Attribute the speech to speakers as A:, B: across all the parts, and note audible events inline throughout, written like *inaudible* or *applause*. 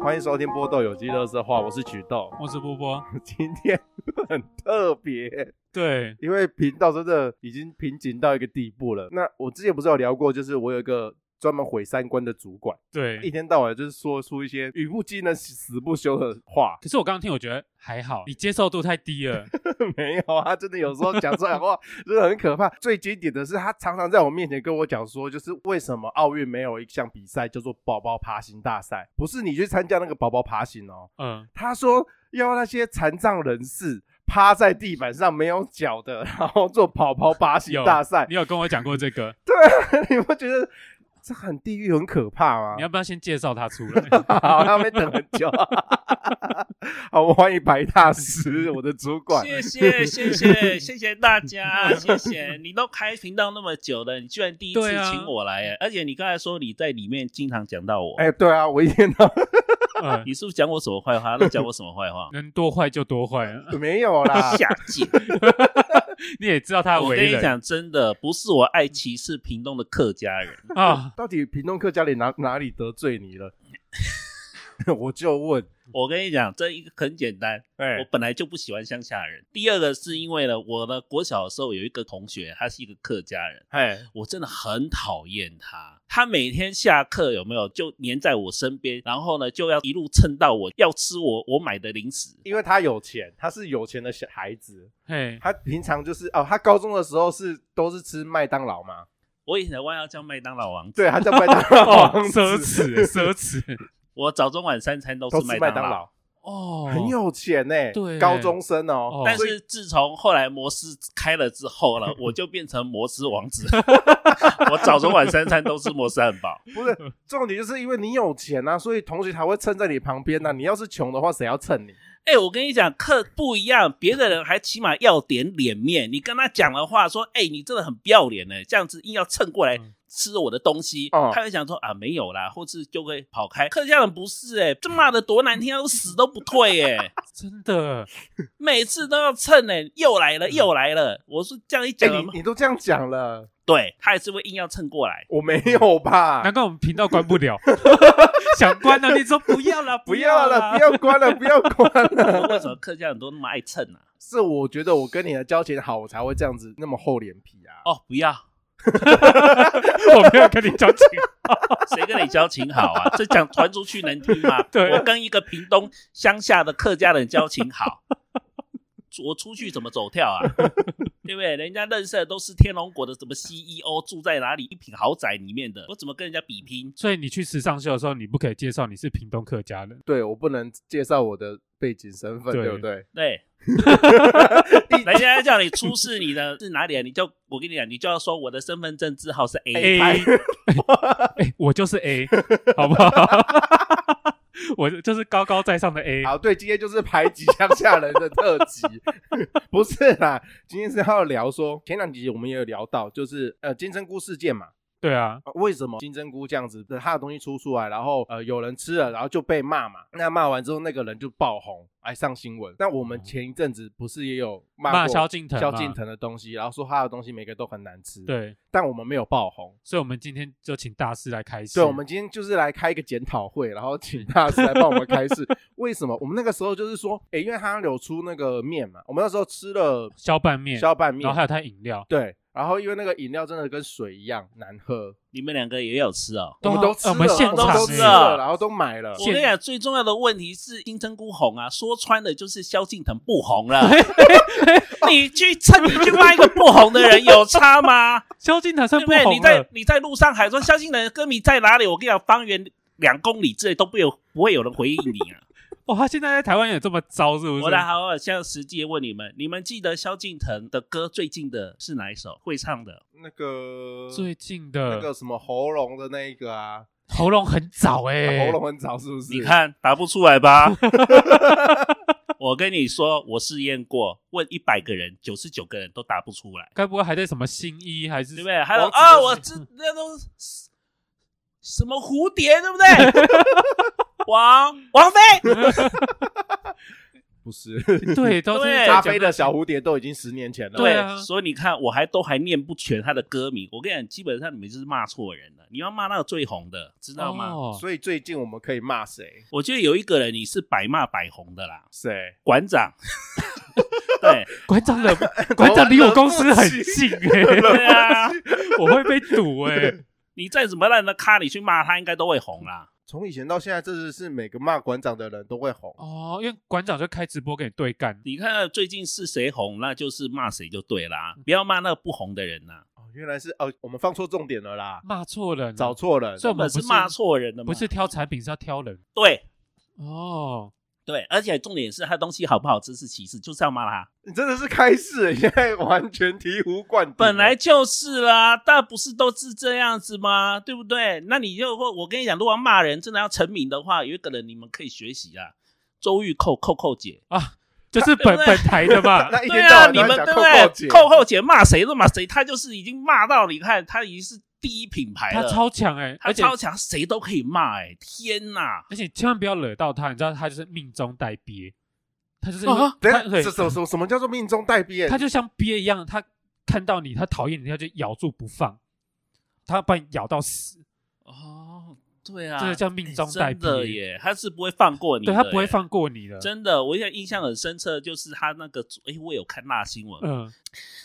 A: 欢迎收听波豆有机乐色话，我是曲豆。 *laughs*
B: 我是波波，
A: 今天很特别，
B: 对，
A: 因为频道真的已经瓶颈到一个地步了。那我之前不是有聊过，就是我有一个专门毁三观的主管，一
B: 对。
A: 天到晚就是说出一些语不惊人死不休的话。 *laughs*
B: 可是我刚刚听，我觉得还好，你接受度太低了。
A: 没有啊，真的有时候讲出来的话 *laughs* 真的很可怕。最经典的是，他常常在我面前跟我讲说，就是为什么奥运没有一项比赛叫做宝宝爬行大赛，不是你去参加那个宝宝爬行哦。
B: 嗯，
A: 他说要那些残障人士趴在地板上没有脚的，然后做跑跑爬行
B: 有
A: 大赛，
B: 你有跟我讲过这个，
A: *laughs* 你不觉得这很地狱、很可怕吗
B: 你？要不要先介绍他出来？
A: 好，他们等很久。 *laughs* 好，我们欢迎白大师，我的主管。
C: 谢谢谢谢谢谢大家，谢谢你都开频道那么久了，你居然第一次
B: 对啊
C: 请我来、哎而且你刚才说你在里面经常讲到我，
A: 哎、对啊，我一天到
B: 嗯，？
C: 你是不是讲我什么坏话？他都讲我什么坏话
B: 能多坏就多坏 *laughs* 啊！
A: 没有啦
C: *laughs* ，下
B: *laughs*
C: 贱！
B: 你也知道他的
C: 我
B: 为
C: 跟你
B: 人
C: 讲，真的不是我爱歧视屏东的客家人，
B: 啊，
A: 到底屏东客家里哪哪里得罪你了？ *laughs* 我就问，
C: 我跟你讲，这一个很简单，
A: 哎、
C: 我本来就不喜欢乡下人。第二个是因为呢，我呢国小的时候有一个同学，他是一个客家人，
A: 哎，
C: 我真的很讨厌他。他每天下课有没有就黏在我身边，然后呢就要一路蹭到我要吃我我买的零食。
A: 因为他有钱，他是有钱的小孩子，
B: 嘿，
A: 他平常就是哦，他高中的时候是都是吃麦当劳嘛，
C: 我以前我要叫麦当劳王子，
A: 对，他叫麦当劳
B: 哦
A: 王，子，
B: 奢侈，奢侈，
C: 我早中晚三餐
A: *laughs*
C: 都
A: 都
C: 吃
A: 吃
C: 麦
A: 麦
C: 当
A: 当
C: 劳。
A: 劳，
B: 哦，
A: 很有钱呢、
B: 对
A: 高中生哦，
B: 哦
C: 但
A: 所以
C: 是自从后来摩斯开了之后呢，我就变成摩斯王子。 *laughs* 我早中晚三餐都吃摩斯汉堡。
A: 不是重点，就是因为你有钱啊，所以同学才会蹭在你旁边呐、啊你要是穷的话，谁要蹭你？
C: 哎、我跟你讲，课不一样，别的人还起码要点脸面。你跟他讲的话说，哎、你真的很不要脸呢、这样子硬要蹭过来
B: 嗯
C: 吃我的东西，
A: 哦
C: 他会想说啊没有啦，或是就会跑开。客家人不是哎、这骂的多难听，他都死都不退哎、
B: 真的，
C: 每次都要蹭哎、又来了又来了。我说这样一
A: 哎、
C: 讲，
A: 你你都这样讲了，
C: 对他还是会硬要蹭过来。
A: 我没
B: 嗯
A: 有吧
B: 难？怪我们频道关不
A: *laughs*
B: 了，想关了，你说不要了，
A: 不要了，不
B: 要
A: 要
B: 啦，
A: 关了，不要关了。 *laughs*
C: 为什么客家人都那么爱蹭啊？
A: 是我觉得我跟你的交情好，我才会这样子那么厚脸皮啊。
C: 哦，不要，
B: 我没有跟你交情，
C: 谁跟你交情好啊？这讲传出去能听吗？
B: 对
C: 我跟一个屏东乡下的客家人交情好，我出去怎么走跳啊？对不对？人家认识的都是天龙国的什么 CEO，住在哪里一品豪宅里面的，我怎么跟人家比
B: *laughs*
C: 拼？
B: 所以你去时尚秀的时候，你不可以介绍你是屏东客家人，
A: 对我不能介绍我的背景身份，
B: 对
A: 对不对？
C: 对，人家叫你出示你的是哪里啊？你就我跟你讲，你就要说我的身份证字号是 A，,
B: A 哎、我就是 A，好不好？ *laughs* 我就是高高在上的 A，
A: 好，对，今天就是排挤乡下人的特辑， *laughs* 不是啦，今天是要聊说前两集我们也有聊到，就是呃金针菇事件嘛，
B: 对啊，
A: 呃为什么金针菇这样子，它的东西出出来，然后呃有人吃了，然后就被骂嘛，那骂完之后那个人就爆红，哎上新闻。那我们前一阵子不是也有骂
B: 哦骂
A: 过
B: 萧敬腾嘛，
A: 萧敬腾的东西，然后说他的东西每个都很难吃，，
B: 对，
A: 但我们没有爆红。
B: 所以我们今天就请大师来开始。
A: 对，我们今天就是来开一个检讨会，然后请大师来帮我们开
B: *laughs*
A: 示。为什么？我们那个时候就是说，诶，因为他有出那个面嘛，我们那时候吃了
B: 削拌面，
A: 小拌面
B: 然后，还有他饮料，
A: 对，然后因为那个饮料真的跟水一样难喝，
C: 你们两个也有吃哦。
A: 我
B: 对啊
A: 们都吃了，
B: 我们现
A: 然后都
C: 场
A: 吃
C: 吃
A: 了，然后都买了。
C: 我跟你讲，最重要的问题是金针菇红啊，说穿了就是萧敬腾不红
B: *laughs*
C: 了。你去趁你去骂一个不红的人有差吗？
B: 萧敬腾算
C: 对
B: 不
C: 不对？
B: 红
C: 你在
B: 了，
C: 你在路上喊说萧敬腾的歌迷在哪里？我跟你讲，方圆两公里之内都不有不会有人回应你啊！
B: 哇，他现在在台湾有这么糟是不
C: 我
B: 是？
C: 来好好现在实际地问你们，你们记得萧敬腾的歌最近的是哪一首会唱的？
A: 那个
B: 最近
A: 那个
B: 的
A: 什么喉咙的那一个啊，
B: 喉咙很早哎，
A: 喉咙很早是不是？
C: 你，看答不出来吧？ *laughs* 我跟你说，我试验过，问一百个人，九十九个人都答不出来。
B: 该不会还在什么新一还是
C: 对不对？还有
A: 王子
C: 啊，
A: 的
C: 我
A: 事
B: *laughs*
C: 知那都是什么蝴
B: *laughs*
C: 蝶，对不对？王王菲，
A: 不是，
B: 对，都是
C: 对
B: 在
A: 咖
B: 哎讲
A: 啡的小蝴蝶都已经十年前了。
B: 对
C: 对，
B: 啊
C: 所以你看，我还都还念不全他的歌名。我跟你讲，基本上你们就是骂错人了。你要骂那个最红的，知道吗？
B: 哦
A: 所以最近我们可以骂谁？
C: 我觉得有一个人你是百骂百红的啦，
A: 谁？
C: 馆长。 *laughs*
B: *laughs*
C: 对
B: 馆
A: *laughs*
B: 长的馆长离我公司很近哎，
C: 对啊，
B: 我会被堵哎。
C: 你再怎么烂的咖，你去骂他，应该都会红啦。
A: 从以前到现在，这是每个骂馆长的人都会红。
B: 哦，因为馆长就开直播跟你对干，
C: 你看最近是谁红，那就是骂谁就对啦，不要骂那个不红的人呐。
A: 哦，原来是哦，我们放错重点了啦，
B: 骂错
C: 啊
B: 人了，
A: 找错人。
B: 所以我
C: 根
B: 们
C: 本
B: 不
C: 是
B: 是
C: 骂错人了嘛。
B: 不是挑产品，是要挑人。
C: 对
B: 哦，
C: 对，而且重点是他东西好不好吃是其次，就是要骂他。
A: 你真的是开市，欸现在完全醍醐灌顶。
C: 本来就是啦，但不是都是这样子吗？对不对？那你就会，我跟你讲，如果要骂人真的要成名的话，有一个人你们可以学习啊，周玉蔻蔻蔻姐。
B: 就是本
C: 对
B: 本台的嘛。
A: 那一
C: 对
A: 天到
C: 啊，
A: 晚
C: 你
A: 都
C: 们
A: 在讲
C: 对不
A: 扣
C: 对
A: 扣？姐，
C: 蔻蔻姐骂谁都骂谁，她就是已经骂到你看，她已经是第一品牌
B: 他
C: 了，
B: 超强哎、
C: 她
B: 而且
C: 超强，谁都可以骂，哎，天哪！
B: 而且千万不要惹到他，你知道他就是命中带鳖，他就是因为
C: 啊
A: 等
B: 他
A: 一下
B: 对
A: 这什么什么什么叫做命中带鳖？
B: 他就像鳖一样，他看到你，他讨厌你，他就咬住不放，他把你咬到死，
C: 哦，对啊，
B: 这个叫命中带
C: 真的
B: 鳖，
C: 耶，他是不会放过你的
B: 对
C: 耶，
B: 他不会放过你的。
C: 真的，我现在印象很深刻，就是他那个，哎，我有看那新闻，
B: 嗯，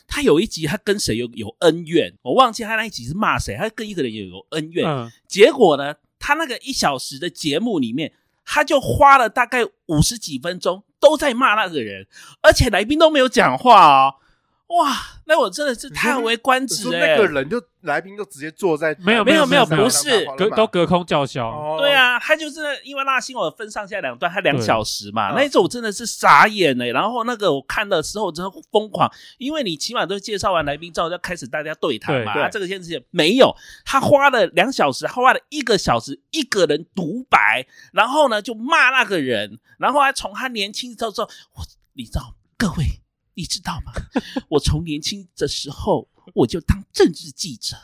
C: 他有一集他跟谁有有恩怨，我忘记他那一集是骂谁，他跟一个人有有恩怨，
B: 嗯，
C: 结果呢，他那个一小时的节目里面，他就花了大概五十几分钟都在骂那个人，而且来宾都没有讲话哦。哇，那我真的是叹为观
A: 你
C: 止
A: 说
C: 哎、
A: 那个人就来宾就直接坐在
B: 没有
C: 没有没有
A: 上面
C: 不是
A: 当
B: 隔
A: 当
B: 都隔空叫嚣，
A: 哦
C: 对啊，他就是因为那新闻分上下两段，他两
B: 对
C: 小时嘛，
A: 嗯
C: 那一种真的是傻眼哎、然后那个我看的时候真的疯狂，因为你起码都介绍完来宾之后，要开始大家对谈嘛。
A: 对对
C: 啊这个件事情没有，他花了两小时，他花了一个小时一个人独白，然后呢就骂那个人，然后还从他年轻的时候，我你知道各位。你知道吗？ *laughs* 我从年轻的时候我就当政治记者，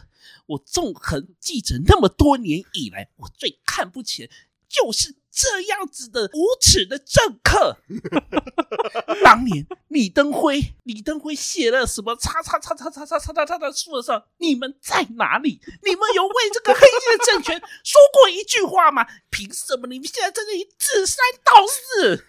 C: 我纵横记者那么多年以来，我最看不起的就是这样子的无耻的政客。当年李登辉，李登辉写了什么“叉叉叉叉叉叉叉叉叉”的书的时候，你们在哪里？你们有为这个黑心的政权说过一句话吗？凭什么你们现在在这里指三道四？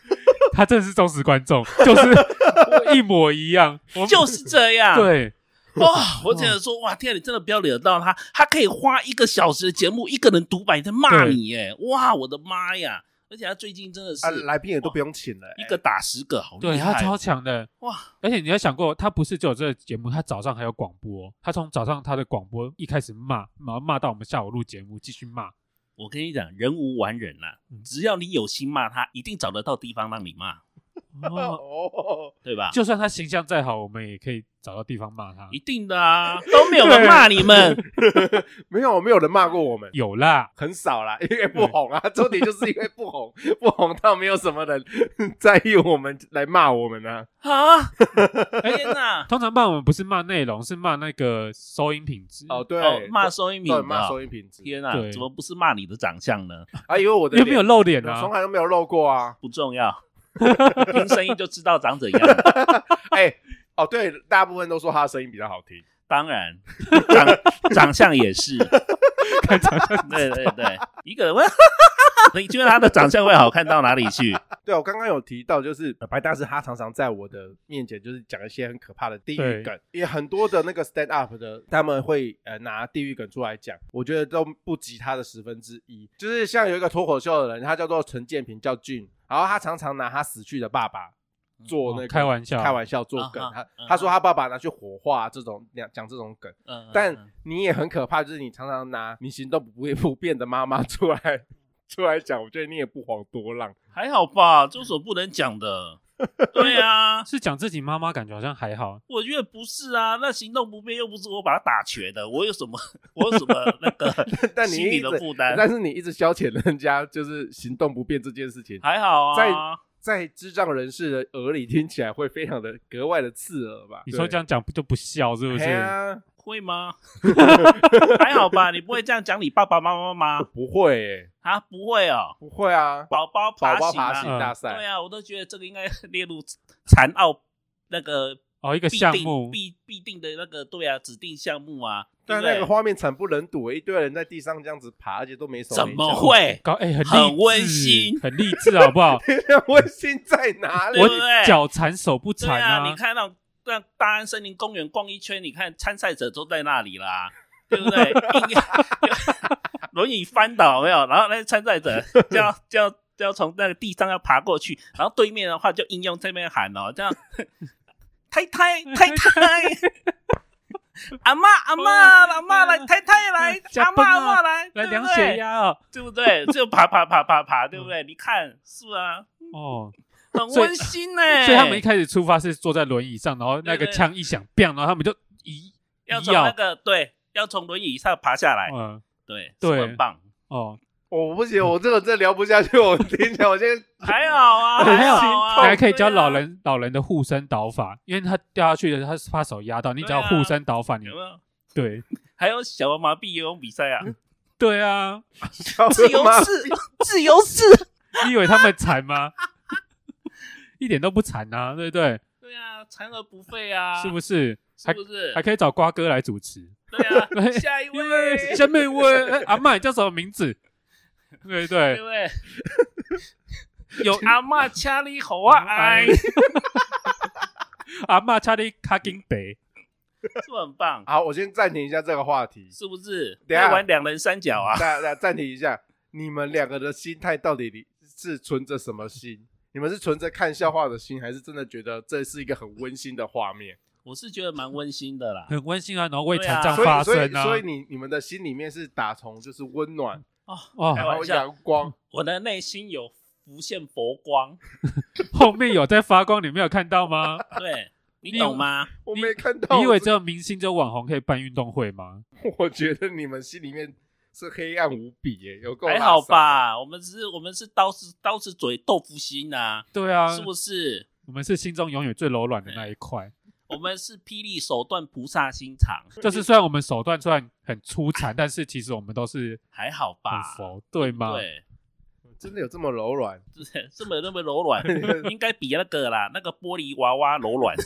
B: 他真的是忠实观众，就是
C: *laughs*
B: 一模一样，我们
C: 就是啊这样。。
B: 对，
C: 哦，我只能说，哇，天啊，你真的不要惹到他，他可以花一个小时的节目，一个人独白在骂
B: 对
C: 你，哎，哇，我的妈呀！而且他最近真的是
A: 啊，来宾也都不用请了，欸
C: 一个打十个，好
B: 对
C: 厉
B: 他
C: 害
B: 超强的，
C: 哇！
B: 而且你要想过，他不是只有这个节目，他早上还有广播，他从早上他的广播一开始骂，然后骂到我们下午录节目继续骂，
C: 我跟你讲，人无完人呐、
B: 嗯
C: 只要你有心骂他，一定找得到地方让你骂，
A: 哎
B: 哦，
A: 哦，
C: 对吧？
B: 就算他形象再好，我们也可以找到地方骂他
C: 一，定的啊，都没有人骂你们，
A: *laughs* 没有没有人骂过我们。
B: 有啦，
A: 很少啦，因为不红啊。重点就是因为不红， *laughs* 不红到没有什么人 *laughs* 在意我们来骂我们啊。 *laughs*
C: 啊！天哪！
B: 通常骂我们不是骂内容，是骂那个收音品质，
A: 哦，
C: 哦
A: 对，，
C: 骂收音品
A: 对
C: 的
A: 骂收
C: 哦，
A: 音品质
C: 天哪
B: 对！
C: 怎么不是骂你的长相呢？
A: 啊，因为我的
B: 因为没有
A: 脸
B: 露脸
A: 我
B: 啊
A: 从，来都没有露过啊。
C: 不
A: *laughs*
C: 重要，听声音就知道长怎样。
A: 哎，哦，对，大部分都说他的声音比较好听。
C: 当然，长长相也是，
B: 看长相
C: 对对对，一个人会， *laughs* 你觉得他的长相会好看到哪里去？
A: 对，我刚刚有提到，就是呃白大师他常常在我的面前就是讲一些很可怕的地
B: 对
A: 狱梗，也很多的那个 stand up 的他们会呃拿地狱梗出来讲，我觉得都不及他的十分之一。就是像有一个脱口秀的人，他叫做陈建平，叫俊，然后他常常拿他死去的爸爸做那个、
B: 哦开玩笑
A: 开玩笑做梗。
C: 啊哈
A: 他、
C: 啊哈
A: 他说他爸爸拿去火化这种讲讲这种梗，
C: 嗯，
A: 但你也很可怕，就是你常常拿你行动不会不便的妈妈出来 *laughs* 出来讲，我觉得你也不遑多让。
C: 还好吧，这有什么不能讲的？对啊，
B: *laughs* 是讲自己妈妈，感觉好像还好，
C: 我觉得不是啊，那行动不便又不是我把他打瘸的，我有什么， *laughs* 我有什么那个
A: *laughs* 但你
C: 心理
A: 一
C: 的
A: 直
C: 负担？
A: 但是你一直消遣人家就是行动不便这件事情，
C: 还好
A: 在
C: 啊，
A: 在智障人士的耳里听起来会非常的格外的刺耳吧？
B: 你说这样讲不就不笑是
A: 对
B: 不是
A: 嘿？啊
C: 会吗？ *laughs* 还好吧，你不会这样讲你爸爸妈妈吗？
A: 不会、欸，
C: 啊，不会哦，
A: 不会啊，
C: 宝宝
A: 宝宝
C: 行啊
A: 爬行
B: 嗯
A: 大赛，
C: 对啊，我都觉得这个应该 *laughs* 列入残奥那个
B: 哦，一个
C: 必
B: 项
C: 定
B: 目，
C: 必必定的那个对啊，指定项目啊，对
A: 但
C: 不
A: 那
C: 对
A: 个？画面惨不忍睹，一堆人在地上这样子爬，而且都没手。
C: 怎
A: *laughs*
C: 么？会？
B: 高哎、很励
C: 很
B: 志
C: 温馨
B: 很励志，好不好？
A: 温馨在哪里
C: *laughs* 对？
B: 我
C: 不对脚
B: 馋手不啊
C: 对啊
B: 馋
C: 你看那种让大安森林公园逛一圈，你看参赛者都在那里啦， *laughs* 对不对？硬要 *laughs* 轮椅翻倒有没有，然后那些参赛者就
B: *laughs*
C: 要就要就要从那个地上要爬过去，然后对面的话就应用这边喊哦，
B: *laughs*
C: 这样太太太太。阿妈，阿妈，阿妈来，太太来，
B: 加
C: 阿
B: 班
C: 妈，
B: 啊
C: 阿妈来，
B: 来
C: 对不
B: 量
C: 对
B: 血，压哦，
C: 对不对？就爬爬爬爬爬，对不对？你看是啊，
B: 哦，
C: 很
B: 所以
C: 温馨呢。
B: 所以他们一开始出发是坐在轮椅上，然后那个
C: 对对
B: 枪一响，砰，然后他们就一
C: 要
B: 一
C: 从那个对，要从轮椅上爬下来，
B: 嗯
C: 对，
B: 对
C: 是很棒，
B: 哦，
A: 我不行，我这个真的聊不下去，我听起来 *laughs* 我现在
C: 还好
B: *laughs*
C: 啊，
B: 还
C: 好
B: 好，
C: 啊，
B: 你还可以教
C: 对啊
B: 老，人老人的护身倒法，因为他掉下去的时候他是怕手压到，你只要
C: 对啊
B: 护身倒法，你
C: 有没有？
B: 对
C: 还有小儿麻痹游泳比赛啊，
A: 嗯
B: 对啊，
A: 笑
C: 自由
A: 吗？
C: 式， *laughs* 自由式，
B: 你以为他们馋吗？ *laughs* 一点都不馋啊，对不对？
C: 对啊，残而不废啊，
B: 是不
C: 是？
B: 是？
C: 是
B: 还
C: 不是
B: 还？可以找瓜哥来主持，
C: 对啊，下一
B: 因
C: 位，
B: 为下面问哎阿嬷你叫什么名字？ *laughs* 对对，
C: 对不对？有阿嬷掐你猴啊，
B: *laughs*
C: 哎，是
B: 阿嬷差点卡金北，
C: 不是很棒？
B: 啊
A: 好，我先暂停一下这个话题，
C: 是不是？
A: 等一下
C: 要玩两人三角啊，
A: 大家暂停一下，你们两个的心态到底是存着什么心？你们是存着看笑话的心，还是真的觉得这是一个很温馨的画面？
C: 我是觉得蛮温馨的啦。
B: 很温馨啊，然后为
C: 对
B: 残
C: 啊
B: 障
A: 所
B: 发
A: 以，所
B: 声
A: 以，
B: 啊，
A: 所以你你们的心里面是打从就是温暖，
C: 哦，
B: 哦
C: 开，
A: 然后
C: 玩笑
A: 阳光，
C: 我的内心有浮现佛光，
B: 后面有在发光，你没有看到吗？哦
C: 对你
B: 你
C: 懂吗？
A: 我没看到。
B: 你以为
A: 我 *laughs*
B: 只有明星、只有网红可以办运动会吗？
A: 我 *laughs* 觉得你们心里面是黑暗无比耶，有够
C: 还
A: 拉
C: 好
A: 萨？
C: 吧，我们只是我们是刀子刀子嘴豆腐心呐、
B: 对啊，
C: 是不是？
B: 我们是心中永远最柔软的那一块。
C: 我们是霹雳手段菩萨心肠，
B: 就是虽然我们手段虽然很粗残，但是其实我们都是
C: 还好
B: 很
C: 吧？
B: 佛，对吗？
C: 对，
A: 真的有这么柔软？
C: 是这么那么柔软，应该比那个啦，那个玻璃娃娃柔软。 *laughs*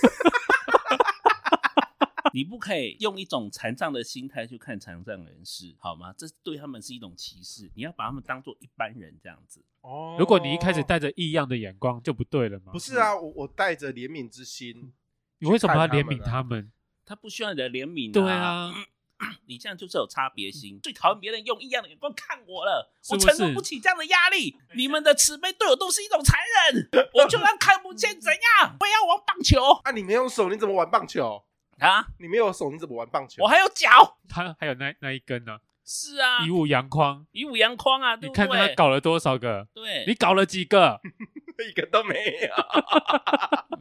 C: 你不可以用一种残障的心态去看残障人士，好吗？这对他们是一种歧视，你要把他们当做一般人这样子。
A: 哦
B: 如果你一开始带着异样的眼光，就不对了嘛。
A: 不是啊，我我带着怜悯之心，
B: 你为什么要
A: 去看他们
B: 怜
A: 啊
B: 悯他们？
C: 他不需要你的怜悯、
B: 对啊，嗯
C: 你这样就是有差别心，最讨厌别人用异样的眼光看我了，
B: 是不
C: 我承
B: 是
C: 受不起这样的压力。你们的慈悲对我都是一种残忍，我就算看不见怎样，我也要玩棒球
A: 啊，你没有手你怎么玩棒球？
C: 啊，
A: 你没有手你怎么玩棒球？
C: 我还有脚。
B: 他还有那那一根呢、
C: 是啊，
B: 一物阳光，
C: 以武扬匡啊，
B: 你
C: 对不
B: 看他
C: 对？
B: 搞了多少个？
C: 对，
B: 你搞了几个？
A: *laughs* 一个都没
C: *laughs*
A: 有。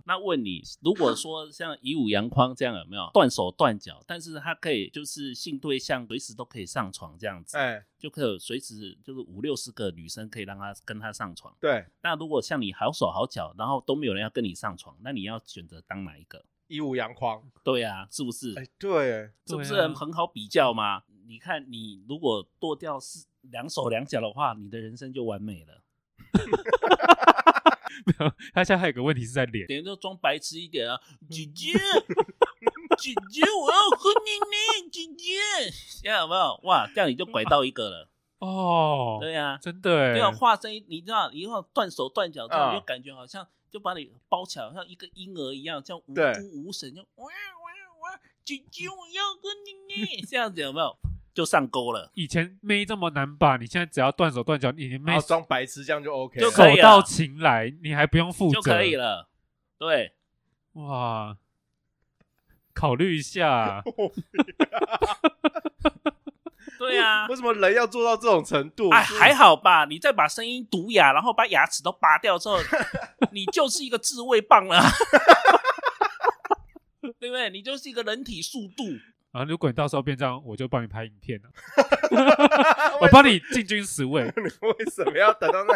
C: 那问你，如果说像以武扬匡这样有没有断手断脚，但是他可以就是性对象随时都可以上床这样子，
A: 哎，
C: 就可以随时就是五六十个女生可以让他跟他上床。
A: 对，
C: 那如果像你好手好脚，然后都没有人要跟你上床，那你要选择当哪一个？
A: 一五阳光。
C: 对啊，是不是？
A: 哎，对，
C: 这不是
B: 对啊
C: 很很好比较吗？你看，你如果剁掉是两手两脚的话，你的人生就完美了。
B: *laughs* 他现在还有个问题是在脸，
C: 等于就装白痴一点啊，姐
A: 嗯
C: 姐， *laughs* 姐姐，我要和你呢，姐 *laughs* 姐，这样有没有？哇，这样你就拐到一个了。
B: 哦，
C: 对呀、啊，
B: 真的
C: 对
B: 耶
C: 啊，化身一，你知道，以后断手断脚，这
A: 啊
C: 样你就感觉好像就把你包起来，好像一个婴儿一样，这样无
A: 对
C: 辜无神，就哇哇哇，姐姐，我要和你呢，这样子有没有？就上钩了。
B: 以前妹这么难把，你现在只要断手断脚，你妹
A: 然后装白痴这样就 OK
C: 哦就
A: 了。
B: 手
C: 可以了
B: 到擒来，你还不用负责
C: 就可以了。对，
B: 哇，考虑一
C: *laughs*
B: 下，
C: 对啊
A: 为，什么人要做到这种程度？
C: 哎，还好吧。你再把声音毒哑，然后把牙齿都拔掉之后， *laughs* 你就是一个自慰棒了， *laughs* 对不对？你就是一个人体速度，
B: 然后如果你到时候变这样，我就帮你拍影片
C: *laughs*
B: 了，我
A: 我
B: 帮你进军十位。
A: *laughs* 为什么要等到那？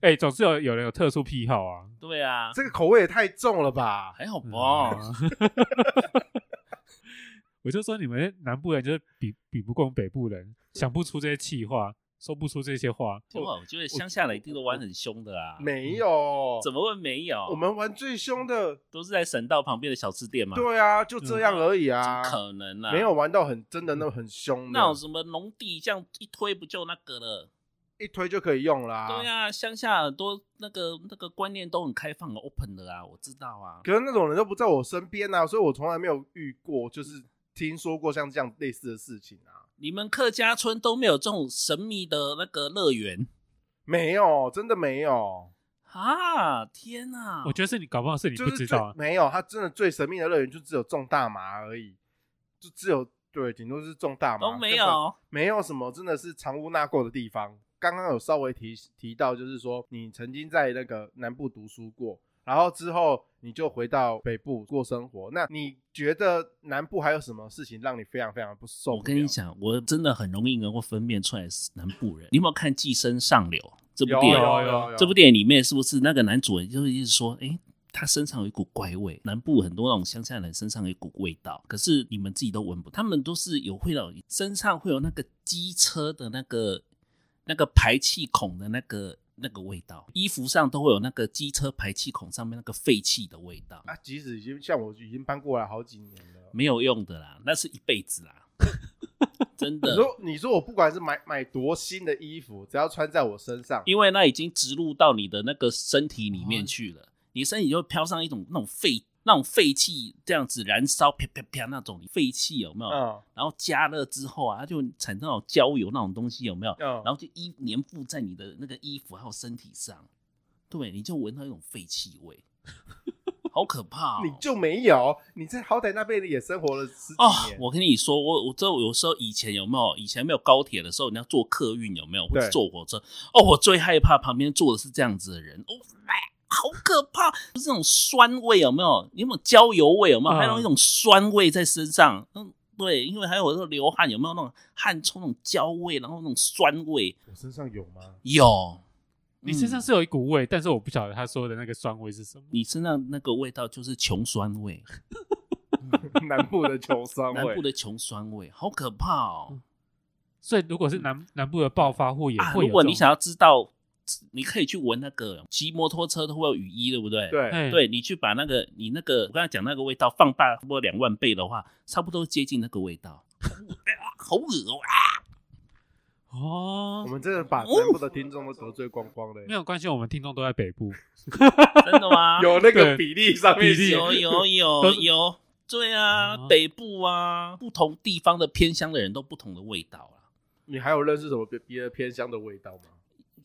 B: 哎、总是有有人有特殊癖好啊。嗯
C: 对啊， *laughs*
A: 这个口味也太重了吧？
C: 还好吧。
B: 哦，我就说你们南部人就是比比不过我们北部人，想不出这些气话，说不出这些话。
C: 哇，啊我觉得乡下人一定都玩很凶的啊，
A: 没有，
C: 怎么会没有？
A: 哦我们玩最凶的，
C: 都是在省道旁边的小吃店嘛，
A: 对啊，就这样而已
C: 嗯怎
A: 啊
C: 么，可能啊？
A: 没有玩到很真的那种很凶的，
C: 那种什么农地这样一推不就那个了？
A: 一推就可以用啦。
C: 对啊，乡下很多那个那个观念都很开放、很 open 的啊，我知道啊。
A: 可是那种人都不在我身边啊，所以我从来没有遇过，就是听说过像这样类似的事情啊，
C: 你们客家村都没有这种神秘的那个乐园
A: 没有，真的没有，
C: 啊！天哪、
B: 我觉得是你搞不好是你
A: 就
B: 不
A: 是
B: 知
A: 最
B: 道啊，
A: 没有，他真的最神秘的乐园就只有种大麻而已，就只有对，顶多是种大麻，
C: 都没
A: 根本
C: 有。
A: 没有什么真的是藏污纳垢的地方。刚刚有稍微提提到，就是说你曾经在那个南部读书过，然后之后你就回到北部过生活。那你觉得南部还有什么事情让你非常非常不受不了？
C: 我跟你讲，我真的很容易能够分辨出来是南部人。你有没有看《寄生上流》这部
A: 有，啊
C: 电
A: 有
C: 影？
B: 啊
A: 有有有，
C: 这部电影里面是不是那个男主人就一直说，诶，他身上有一股怪味，南部很多那种乡下人身上有一股味道，可是你们自己都闻不，他们都是有会有身上会有那个机车的那个那个排气孔的那个那个味道，衣服上都会有那个机车排气孔上面那个废气的味道，
A: 啊，即使已经像我已经搬过来好几年了。
C: 没有用的啦，那是一辈
A: *laughs*
C: 子啦，真
A: 你
C: 的。
A: 说，你说我不管是买买多新的衣服，只要穿在我身上，
C: 因为那已经植入到你的那个身体里
A: 哦
C: 面去了，你身体就会飘上一种那种废那种废气这样子燃烧，啪啪啪那种废气有没有？
A: 嗯
C: 然后加热之后啊，它就产生那种焦油那种东西有没有？
A: 嗯，
C: 然后就依粘附在你的那个衣服还有身体上，对，你就闻到一种废气味，好可怕、哦！
A: *laughs* 你就没有，你在好歹那边也生活了十
C: 哦
A: 几，年，
C: 我跟你说，我我这有时候以前有没有？以前没有高铁的时候，你要坐客运有没有？或者
A: 对
C: 坐火车？哦，我最害怕旁边坐的是这样子的人，哦，哎好可怕！就是那种酸味有没有？有没有焦油味有没有？
B: 嗯
C: 还有一种酸味在身上，嗯，对，因为还有那种流汗有没有那种汗臭那种焦味，然后那种酸味
A: 我身上有吗？
C: 有。
B: 你身上
C: 嗯
B: 是有一股味，但是我不晓得他说的那个酸味是什么。
C: 你身上那个味道就是穷酸味，
A: *laughs* 南部的穷酸
C: 南
A: 味
C: 部，的穷酸味，好可怕哦！
B: 所以如果是南南部的暴发户也
C: 嗯啊，
B: 会有这种，
C: 如果你想要知道，你可以去闻那个骑摩托车都会有雨衣，对不对？，
A: 对，
B: 哎，
C: 对你去把那个你那个我刚才讲那个味道放大差不多两万倍的话，差不多接近那个味道， *laughs* 好恶哦 *laughs* 啊！
A: 我
B: 哦，
A: 们真的把南部的听众都得罪光光了、
B: 没有关系，我们听众都在北
C: *laughs*
B: 部，
C: 真的吗？
A: 有那个
B: 对
A: 比例上面
B: 比例哦
A: 写
C: 有有
B: 都
C: 有
B: 是
C: 有，对啊
B: 啊，
C: 北部啊，不同地方的偏乡的人都不同的味道啊。
A: 你还有认识什么别别的偏乡的味道吗？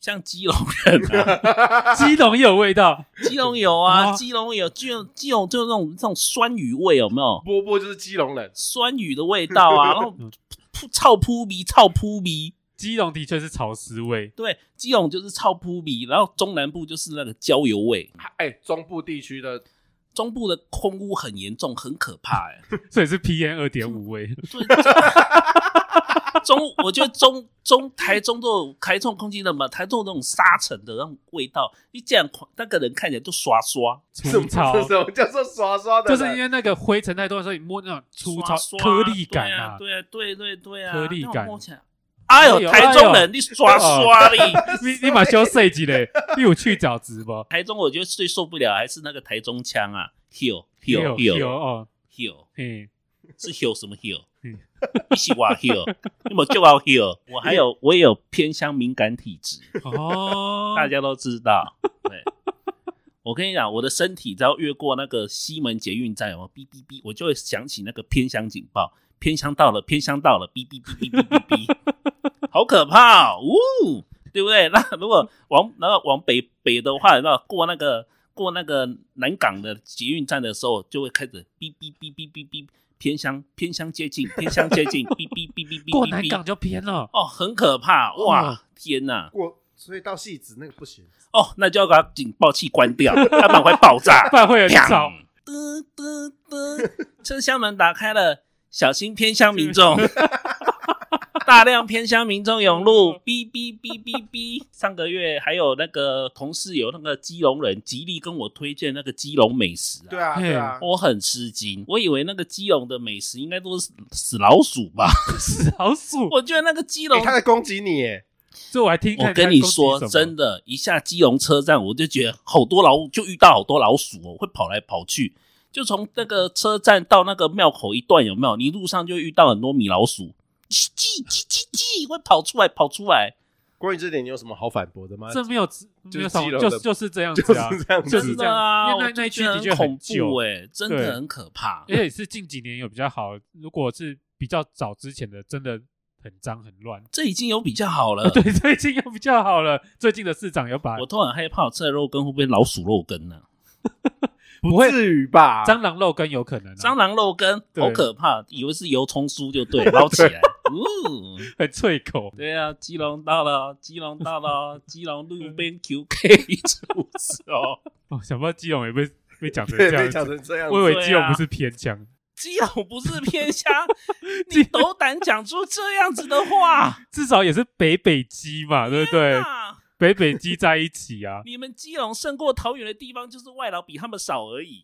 C: 像基隆人啊，
B: 基隆也有味道，
C: 基隆有啊，
B: 啊
C: 基隆有，基隆基隆就那种那种酸雨味，有没有？
A: 波波就是基隆人，
C: 酸雨的味道啊，然后
B: 嗯
C: 噗臭扑鼻，臭扑鼻。
B: 基隆的确是潮湿味，
C: 对，基隆就是臭扑鼻，然后中南部就是那个焦油味，
A: 哎、中部地区
B: *laughs*
A: 的
C: 中部的空污很严重，很可怕哎、
B: 所以是 PM 二点五
C: *laughs*
B: 味。
C: 中，我觉得中中台中都有台中空气那么台中那种沙尘的那种味道，你这样那个人看起来都刷刷
B: 粗糙，
A: 什么叫做刷刷的
B: 就
A: 人？
B: 是因为那个灰尘太多的时候，你摸那种粗糙
C: 刷刷
B: 颗粒感
C: 对啊，对啊，对对对啊，
B: 颗粒感
C: 那种摸起来。哎
B: 哎呦
C: 呦，台中人，你刷刷哩！
B: 你你马修设计嘞，你有去角质
C: *laughs*
B: 不？
C: 台中我觉得最受不了还是那个台中腔啊，hill
B: 有
C: hill hill
B: 哦，
C: hill，
B: 嘿，
C: 是 hill 什么 hill？
B: 嗯
C: *laughs* 一起玩 hill，那么就玩 hill。我还有我也有偏向敏感体质，
B: 哦，
C: 大家都知道。对，我跟你讲，我的身体只要越过那个西门捷运站，有没有哔哔哔，我就会响起那个偏乡警报，偏乡到了，偏乡到了，哔哔哔哔哔哔
B: *laughs*
C: 哔，好可怕、哦，呜，对不对？那如果往那往北北的话，那过那个过那个南港的捷运站的时候，就会开始哔哔哔哔哔哔。偏乡，偏乡接近，偏乡接近，哔哔哔哔哔哔哔，
B: 过南港就偏了，
C: 哦，很可怕
B: 哦
C: 哇！天哪，
A: 过，所以到戏子那个不行。
C: 哦，那就要把警报器关掉，要不然会爆
B: *laughs*
C: 炸
B: 不。然会有点吵
C: 砰。！嘟嘟嘟，车厢门打开了，小心偏乡民众。大量偏乡民众涌入，哔哔哔哔哔。上个月还有那个同事有那个基隆人极力跟我推荐那个基隆美食、
A: *laughs*
C: 啊，
A: 对啊，对
B: 哦
A: 啊，
C: 我很吃惊，我以为那个基隆的美食应该都是死老鼠吧？
B: 死老鼠！
C: 我觉得那个基
A: 欸
C: 隆
A: 他在攻击你耶，
B: 这我还听，
C: 我跟你说，真
B: 的，
C: 的，一下基隆车站，我就觉得好多老，就遇到好多老鼠哦，会跑来跑去。就从那个车站到那个庙口一段，有没有？你路上就遇到很多米老鼠，叽叽叽叽叽，会跑出来，跑出来。
A: 关于这点你有什么好反驳的吗？
B: 这没有没有什么，
A: 基隆
B: 就
A: 的
B: 是就是这样
A: 就
B: 子啊，
A: 是 *laughs* 这样
B: 就
A: 子
B: 是
C: 真
B: 这
C: 的
B: 样因
C: 啊，
B: 为
C: 我
B: 那那
C: 就
B: 一区
C: 觉
B: 的
C: 得很
B: 确很
C: 恐
B: 旧
C: 怖哎，真
B: 对
C: 的很可怕。
B: 而且是近几年有比较好。如果是比较早之前的，真的很脏很乱。 *laughs*
C: 这已经有比较好了
B: 啊，。对，最近又比较好了。最近的市长有把
C: 我都很害怕，我吃的肉羹会不会老鼠肉羹啊呢？
B: 不会
A: 至于吧？
B: 蟑螂肉羹有可能、啊，
C: 蟑螂肉羹
B: 对
C: 好可怕，以为是油葱酥就对，捞起
B: *laughs*
C: 来，呜。
B: 很脆口。
C: 对啊，基隆到了，基隆到了，基隆路
B: 嗯
C: 边 QK 一出事哦。
B: 哦，想不到基隆也被被讲成
A: 对，
B: 这
A: 被
B: 样
A: 讲
B: 子，
A: 成这样子，
B: 我以为
C: 对
B: 基隆
C: 啊
B: 不是偏乡。
C: 基隆不是偏乡，
B: 基
C: 你斗胆讲出这样子的话，
B: 至少也是北北基嘛，对不 *laughs* 对？
C: 啊，
B: 北北基在一起啊
C: 你们基隆胜过桃园的地方就是外劳比他们少而
B: *laughs*
C: 已。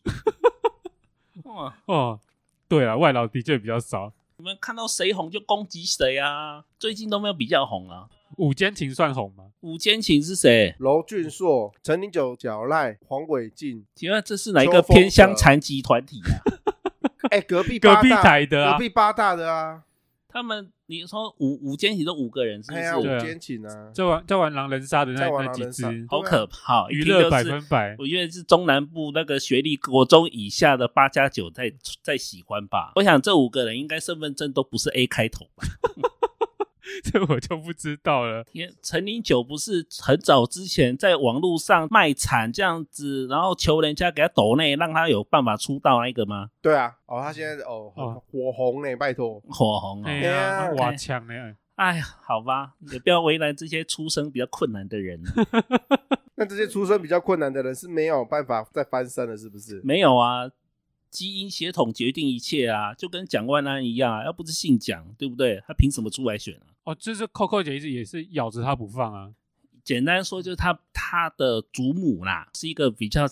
C: 哇，
B: 哦，对啊，外劳的确比较少。
C: 你们看到谁红就攻击谁啊！最近都没有比较红啊。
B: 午间情算红吗？
C: 五间情是谁？
A: 娄俊硕、陈林九、脚赖、黄伟进，
C: 请问这是哪一
A: 秋
C: 个
A: 风
C: 偏乡
A: 者
C: 残疾团体啊？
A: 哎，隔壁
B: 隔
A: 八
B: 壁
A: 大
B: 台的
A: 隔
B: 啊，
A: 壁八大的啊，
C: 他们你说五五间情都五个人是不
A: 哎
C: 是？
A: 呀，五
B: 对啊
A: 间寝啊，
B: 在玩在玩狼人杀的那
A: 在玩
B: 那几
A: 狼人杀
B: 只，哦
C: 好可怕！哦
B: 娱
C: 一听就
B: 乐
C: 是
B: 百分百。 *laughs*
C: 我觉得是中南部那个学历国中以下的八加九在在喜欢吧。我想这五个人应该身份证都不是 A 开头吧？
B: 这我就不知道了。
C: 因为陈林九不是很早之前在网络上卖惨这样子，然后求人家给他抖内，让他有办法出道那个吗？
A: 对啊，哦，他现在哦很
B: 哦
A: 火红呢，拜托，
C: 火红
B: 哎
C: 哦！
B: 呀，
A: OK
B: 哇强哎！
C: 哎呀，好吧，也不要为难这些出生比较困难的人。 *laughs*
A: 那这些出身比较困难的人是没有办法再翻身了，是不是？
C: 没有啊，基因血统决定一切啊，就跟蒋万安一样啊，要不是姓蒋，对不对？他凭什么出来选啊？
B: 哦，就是扣扣姐一直也是咬着他不放啊。
C: 简单说，就是她她的祖母啦，是一个比较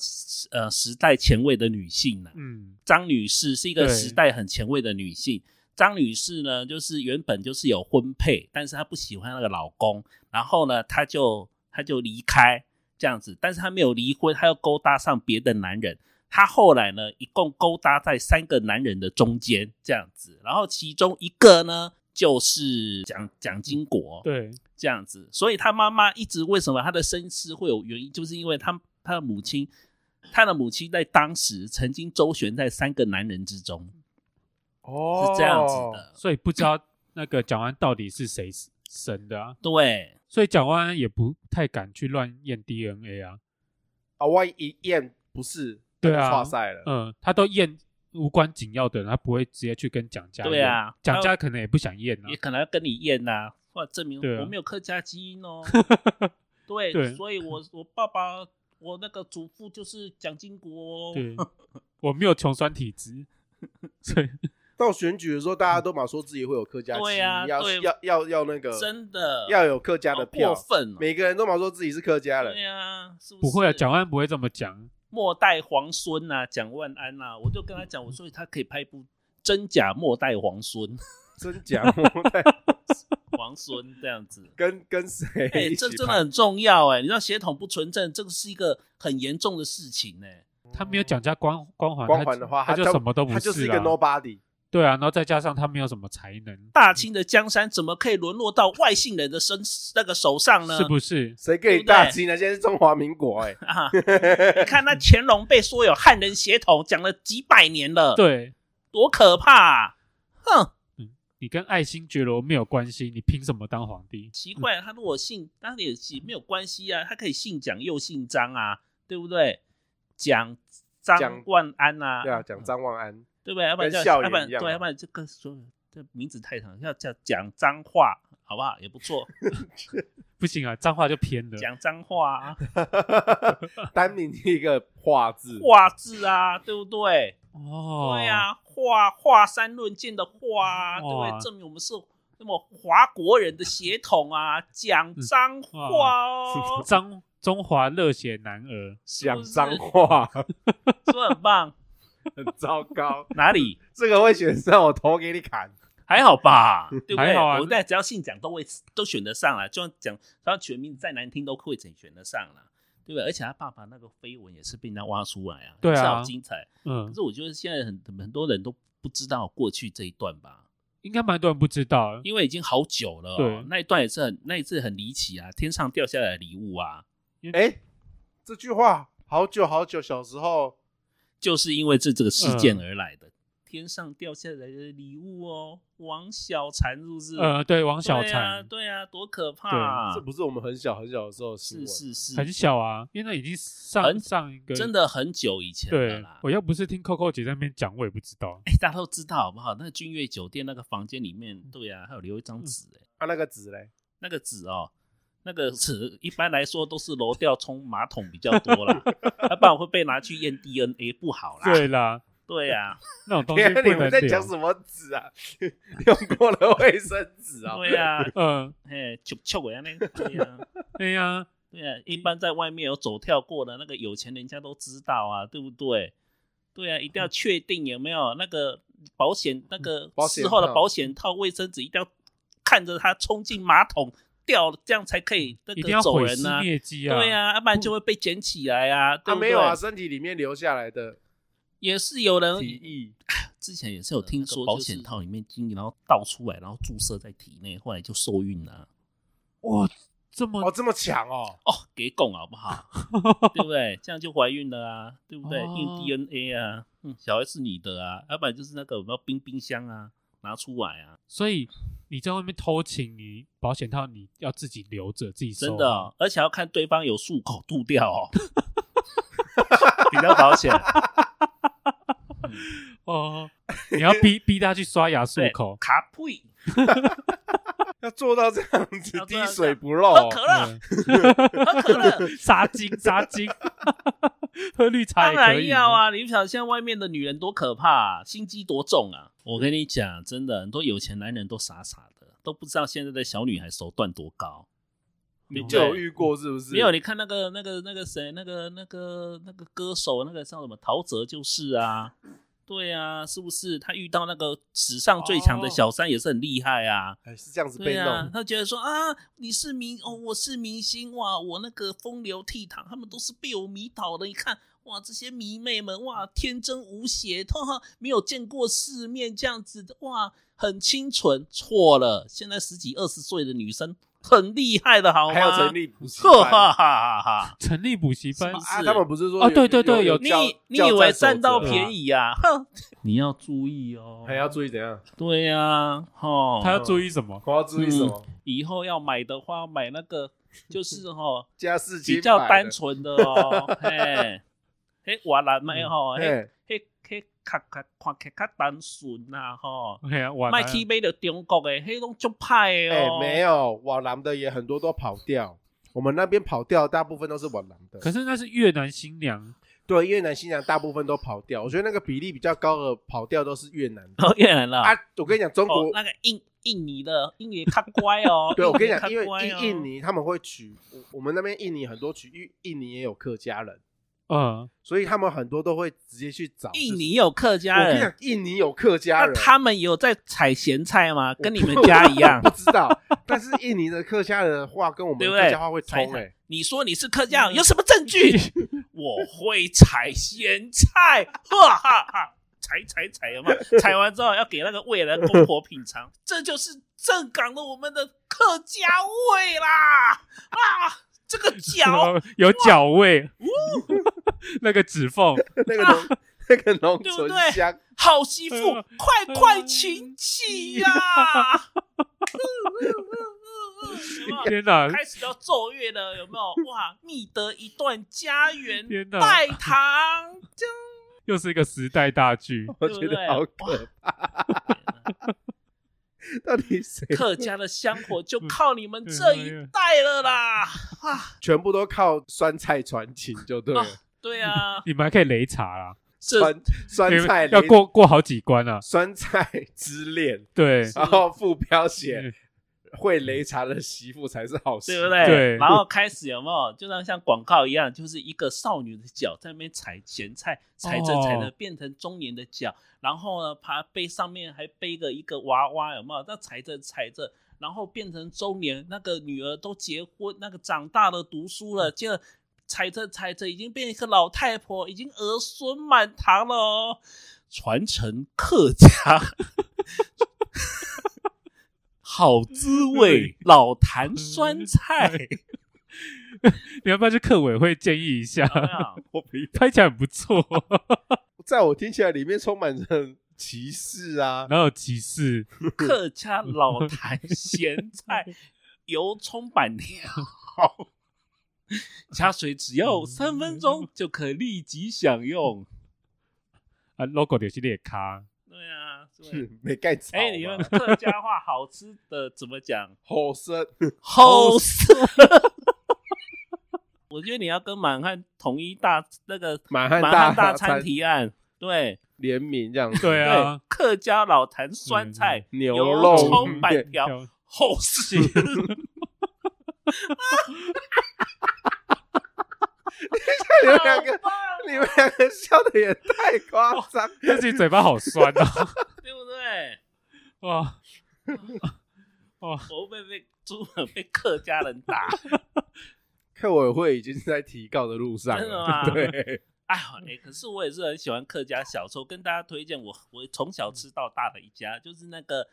C: 呃时代前卫的女性啦。
B: 嗯，
C: 张女士是一个
B: 对
C: 时代很前卫的女性。张女士呢，就是原本就是有婚配，但是她不喜欢那个老公，然后呢，她就她就离开这样子，但是她没有离婚，她又勾搭上别的男人。她后来呢，一共勾搭在三个男人的中间这样子，然后其中一个呢就是蒋蒋经国，
B: 对，
C: 这样子，所以他妈妈一直为什么他的身世会有原因，就是因为他他的母亲，他的母亲在当时曾经周旋在三个男人之中，
A: 哦
C: 是这样子的。
B: 所以不知道那个蒋万到底是谁生的啊，
C: 对，
B: 所以蒋万安也不太敢去乱验 DNA 啊。
A: 啊，万一验不是，
B: 对啊
A: 跨赛了，
B: 嗯，他都验无关紧要的人，他不会直接去跟蒋家。
C: 对啊
B: 蒋家可能也不想验
C: *laughs*
B: 啊
C: 也。可能要跟你验呐、或者证明
B: 对啊
C: 我没有客家基因
B: *laughs*
C: 哦。对，
B: 对
C: 所以我我爸爸我那个祖父就是蒋经国哦。
B: 对，我没有穷酸体质，所以
A: 到选举的时候，大家都嘛说自己会有客家基因
C: 对啊
A: 要
C: 对
A: 要要要那个，
C: 真的
A: 要有客家的
C: 好
A: 票
C: 过，分、哦，
A: 每个人都嘛说自己是客家人
C: 对，啊，是不
B: 不会啊，
C: 是
B: 蒋万安不会这么讲。
C: 末代皇孙呐、蒋万安呐、我就跟他讲，我说他可以拍一部真假末代皇孙， *laughs*
A: 真假我 *laughs* 在
C: 皇孙这样子。
A: 跟跟谁
C: 哎、
A: 一起
C: 这真的
A: 拍
C: 很重要哎、你知道血统不纯正，这个是一个很严重的事情哎、
B: 他没有蒋家光光环，
A: 光
B: 他
A: 环的话，
B: 他就什么都不
A: 他就是一个
B: 啦
A: nobody。
B: 对啊，然后再加上他没有什么才能，
C: 大清的江山怎么可以沦落到外姓人的身那个手上呢？
B: 是不是？
A: 谁给你大清呢？现在是中华民国哎、
C: *laughs* 啊，你看那乾隆被说有汉人血统，讲了几百年了，，
B: 对
C: 多可怕、啊！哼，
B: 你跟爱新觉罗没有关系，你凭什么当皇帝？
C: 奇
A: 嗯
C: 怪，他如果姓，他也是没有关系啊，他可以姓蒋又姓张啊，对不对？蒋张
A: 蒋
C: 万安啊，
A: 对啊，讲张万
C: *laughs*
A: 安，
C: 对不对？要不然叫，
A: 校
C: 要不然
A: 园一样
C: 对，
A: 啊
C: 要不然这个说这名字太长，要叫蒋彰化，好不好？也不
A: *laughs*
C: 错，
B: 不行啊，脏话就偏了。
C: 蒋彰化啊，
A: 单名一个“化”字，
C: 化字啊，对不对？
B: 哦，
C: 对，啊，华华山论剑的华啊，对不
B: 哇
C: 对？证明我们是。那么华国人的血统啊，
A: 嗯
C: 讲脏话哦，
B: 张中华热血男儿，
A: *laughs* 讲脏话
C: 是不是很棒？
A: 很糟糕， *laughs*
C: 哪里
A: 这个会选上我头给你砍。
C: 还好吧？对不对？
B: 还好啊
C: 我在只要姓蒋都会都选得上了，就算讲他全名再难听都会选选得上了，对不对？而且他爸爸那个绯闻也是被人家挖出来啊，
B: 对啊
C: 也是好精彩。
B: 嗯
C: 可，是我觉得现在很很多人都不知道过去这一段吧，
B: 应该蛮多人不知道，
C: 因为已经好久了、哦。
B: 对
C: 那一段也是很那一次很离奇啊，天上掉下来的礼物啊，
A: 哎，这句话好久好久，小时候
C: 就是因为这这个事
B: 嗯
C: 件而来的。天上掉下来的礼物哦，王小婵是不是？
B: 呃，对，王小
C: 对啊，
B: 婵
C: 对啊，多可怕、啊！
A: 这不是我们很小很小的时候的新
C: 是
A: 闻，
C: 是是，
B: 很小啊，因为那已经上
C: 很
B: 上一个
C: 真。的很久以前了
B: 对
C: 啦，。
B: 我要不是听 Coco 姐在那边讲，我也不知道。
C: *laughs* 哎、大家都知道好不好？那个君悦酒店那个房间里面，
B: 嗯
C: 对啊，还有留一张纸哎，
A: 啊那个纸嘞，
C: 那个纸哦，那个纸一般来说都是漏掉冲马桶比较多
B: *laughs*
C: 啦，要不然会被拿去验 DNA 不好啦。
B: 对啦，
C: 对
B: *laughs*
C: 啊，
B: 那种东西
A: 天啊，
B: 不
A: *laughs* 你
B: 能
A: 们在讲
B: 聊。
A: 什么纸啊？ *laughs* 用过了卫生纸啊？
C: 对啊，
B: 嗯，
C: 嘿，就就我那个，对啊，
B: 对呀，
C: 对啊，一般在外面有走跳过的那个有钱人家都知道啊，对不对？对啊，一定要确定有没有那个保险那个
A: 保险
C: 事后的
A: 套
C: 嗯保险套、卫生纸，一定要看着它冲进马桶掉了，这样才可以那
B: 一定要
C: 个走
B: 毁
C: 人
B: 尸
C: 啊。
B: 灭迹啊！
C: 对啊，要不然就会被捡起来啊，对
A: 啊
C: 不
A: 没
C: 对？
A: 有啊，身体里面留下来的
C: 也是有人
A: 体液，
C: *clears throat* 之前也是有听说，
A: 那个保
C: 就是
A: 险
C: 套里面精液，然后倒出来，然后注射在体内，后来就受孕了啊。
B: 哇，这
A: 哦
B: 么
A: 这么强哦，
C: 哦，给拱好不
B: *laughs*
C: 好？对不对？这样就怀孕了啊，对不对？
B: 哦
C: 印 DNA 啊，嗯，小孩是你的啊，要不然就是那个我们要冰冰箱啊，拿出来啊，
B: 所以你在外面偷情，你保险套你要自己留着，自己收啊
C: 真的
B: 好
C: 哦、而且要看对方有漱口吐
B: *laughs*
C: 掉哦， *laughs* 比较保险。
B: 哦。你要
C: *laughs*
B: 逼逼他去刷牙漱
C: 对
B: 口，
C: 卡呸，
A: 要做到这样子
C: 要做到这
A: 滴
C: 样
A: 水不漏
C: 喝
A: 哦，
C: 可乐，
B: 嗯
C: 喝可
B: *laughs*
C: 乐。
B: 杀精杀精，喝绿茶
C: 当
B: 也哎可
C: 然
B: 以
C: 要！啊！你想现在外面的女人多可怕、啊，心机多重啊！我跟你讲，真的，很多有钱男人都傻傻的，都不知道现在的小女孩手段多高。
B: 嗯
A: 你
C: 对
A: 就有遇过是不是？
C: 没有，你看那个、那个、那个谁，那个、那个、那个歌手，那个叫什么陶喆，就是啊，对啊，是不是？他遇到那个史上最强的小三也是很厉害啊，
A: 哎哦是这样子被
C: 对啊
A: 弄，，
C: 他觉得说啊，你是明哦，我是明星哇，我那个风流倜傥，他们都是被我迷倒的，你看。哇，这些迷妹们哇，天真无邪，哈哈，没有见过世面，这样子的哇，很清纯。错了，现在十几二十岁的女生很厉害的，好吗？
A: 还要成立补习
C: 哈
A: 班。
C: 哈哈哈哈！
B: 成立补习班
C: 什么
A: 啊，
C: 是
A: 他们不是说
B: 哦对对对有
C: 你
A: 教
C: 你
A: 教
C: 以为
A: 战守
C: 占到
A: 则
C: 便宜啊？哼，你要注意哦。
A: 还要注意怎样？
C: 对呀，哈，
B: 他要注意什么？
A: 我要注意
C: 嗯
A: 什么？
C: 以后要买的话，买那个就
A: *laughs*
C: 是哈
A: 加四
C: 比
A: 千
C: 较单纯的
A: *laughs*
C: 哦，嘿，嘿，瓦兰麦吼，嘿，
A: 哎，
C: 嘿，嘿，较较看起较单纯呐吼，
B: OK 啊，晚
C: 卖
B: 安
C: 去买到中国的，嘿，拢足歹的
A: 哎
C: 哦。
A: 没有，往南的也很多都跑掉。我们那边跑掉，大部分都是往南的。
B: 可是那是越南新娘，
A: 对越南新娘大部分都跑掉，我觉得那个比例比较高的跑掉都是越南的
C: 哦，越南了。
A: 啊。我跟你讲，中
C: 哦
A: 国，
C: 那个印印尼的印尼较乖哦
A: *laughs* ，对我跟你
C: 印 *laughs*
A: 讲，
C: 尼
A: 因
C: 较
A: 为
C: 乖
A: 印
C: 哦
A: 印尼他们会娶，我我们那边印尼很多娶，因为印尼也有客家人，
B: 嗯，
A: 所以他们很多都会直接去找
C: 印尼。有客
A: 就
C: 家
A: 是我跟你
C: 人
A: 讲，，印尼有客家
C: 那
A: 人，
C: 他们有在采咸菜吗？
A: 我
C: 跟你们家一样
A: 我， *laughs* 不知道。但是印尼的客家人的话跟我们
C: 对不
A: 客
C: 对
A: 家话会通
C: 采
A: 哎、
C: 菜你说你是客
A: *laughs*
C: 家人，有什么证据？我会采咸菜，哈哈哈！采采采，
A: *laughs*
C: 有没有？采完之后要给那个未来公婆品尝，这就是正港的我们的客家味啦！啊，这个
A: *laughs*
C: 脚
B: 有脚味， *laughs* 那个指
C: *laughs*
B: 缝，
A: 那个农、那个农
C: 对不
A: 村
C: 对
A: 乡，
C: 好媳妇
A: 哎
B: 嗯，
C: 快快请起
A: *laughs*
C: 呀、 *laughs* 有没有
B: 天哪，
C: 开始要奏
B: *laughs*
C: 乐了，有没有？哇，觅得一段佳缘
B: 天，哪
C: 拜堂，这样
B: 又是一个时代大剧，
A: 我
C: 对不
A: 觉得
C: 对
A: 好可怕。到底谁？
C: 客家的香火就靠你们这一代了啦！啊，
A: 全部都靠酸菜传情就对了。
C: 啊对啊，
B: *laughs* 你们还可以擂茶啦，
C: 这
A: 酸酸菜
B: 要
A: 雷
B: 过过好几关啊。
A: 酸菜之恋，
B: 对
A: 然后副标写
B: 嗯
A: 会擂茶的媳妇才是好媳
C: 对
A: 妇，
C: 不对？
B: 对
C: 然后开始有没有，就像像广告一样，就是一个少女的脚在那边踩咸菜，踩着踩着
B: 哦
C: 变成中年的脚，然后呢，爬背上面还背个一个娃娃，有没有？那踩着踩着。然后变成中年，那个女儿都结婚，那个长大了读书了，接着踩着踩着已经变一个老太婆，已经儿孙满堂了哦，传承客家 *laughs* 好滋
B: *laughs*
C: 味，老坛酸菜。
B: *laughs* 你要不要去客委会建议一下？
C: 有没有
A: 我不要
B: *laughs* 拍起来很不错，
A: 在我听起来里面充满着歧视啊，
B: 然后歧视，
C: 客家老坛咸菜油葱板条，加水只要三分钟就可立即享用。
B: 啊，logo 有些裂咖，
C: 对啊，对。
A: 是没盖草嘛，啊
C: 哎，你们客家话好吃的怎么讲？
A: 好生
C: 好吃。 *laughs* 我觉得你要跟满汉统一大那个
A: 满汉
C: 满汉大餐
A: 餐
C: 提案，对
A: 联名这样子，
B: 对
C: 对
B: 啊，，
C: 客家老坛酸菜
A: 牛
C: 油
A: 肉
C: 葱
A: 面
C: 板条，好吃。
A: 你们两个，你们两个笑的也太夸
C: 哦
A: 张，
B: 自己嘴巴好酸啊， *laughs*
C: 对不对？
B: 哇哇，
C: 我会被被朱本被客家人打， *laughs*
A: 客委会已经在提告的路上
C: 真的吗
A: 了，对，
B: *laughs*
C: 哎呦，哎，可是我也是很喜欢客家小吃，我跟大家推荐我我从小
A: 嗯
C: 吃到大的一家，就是那个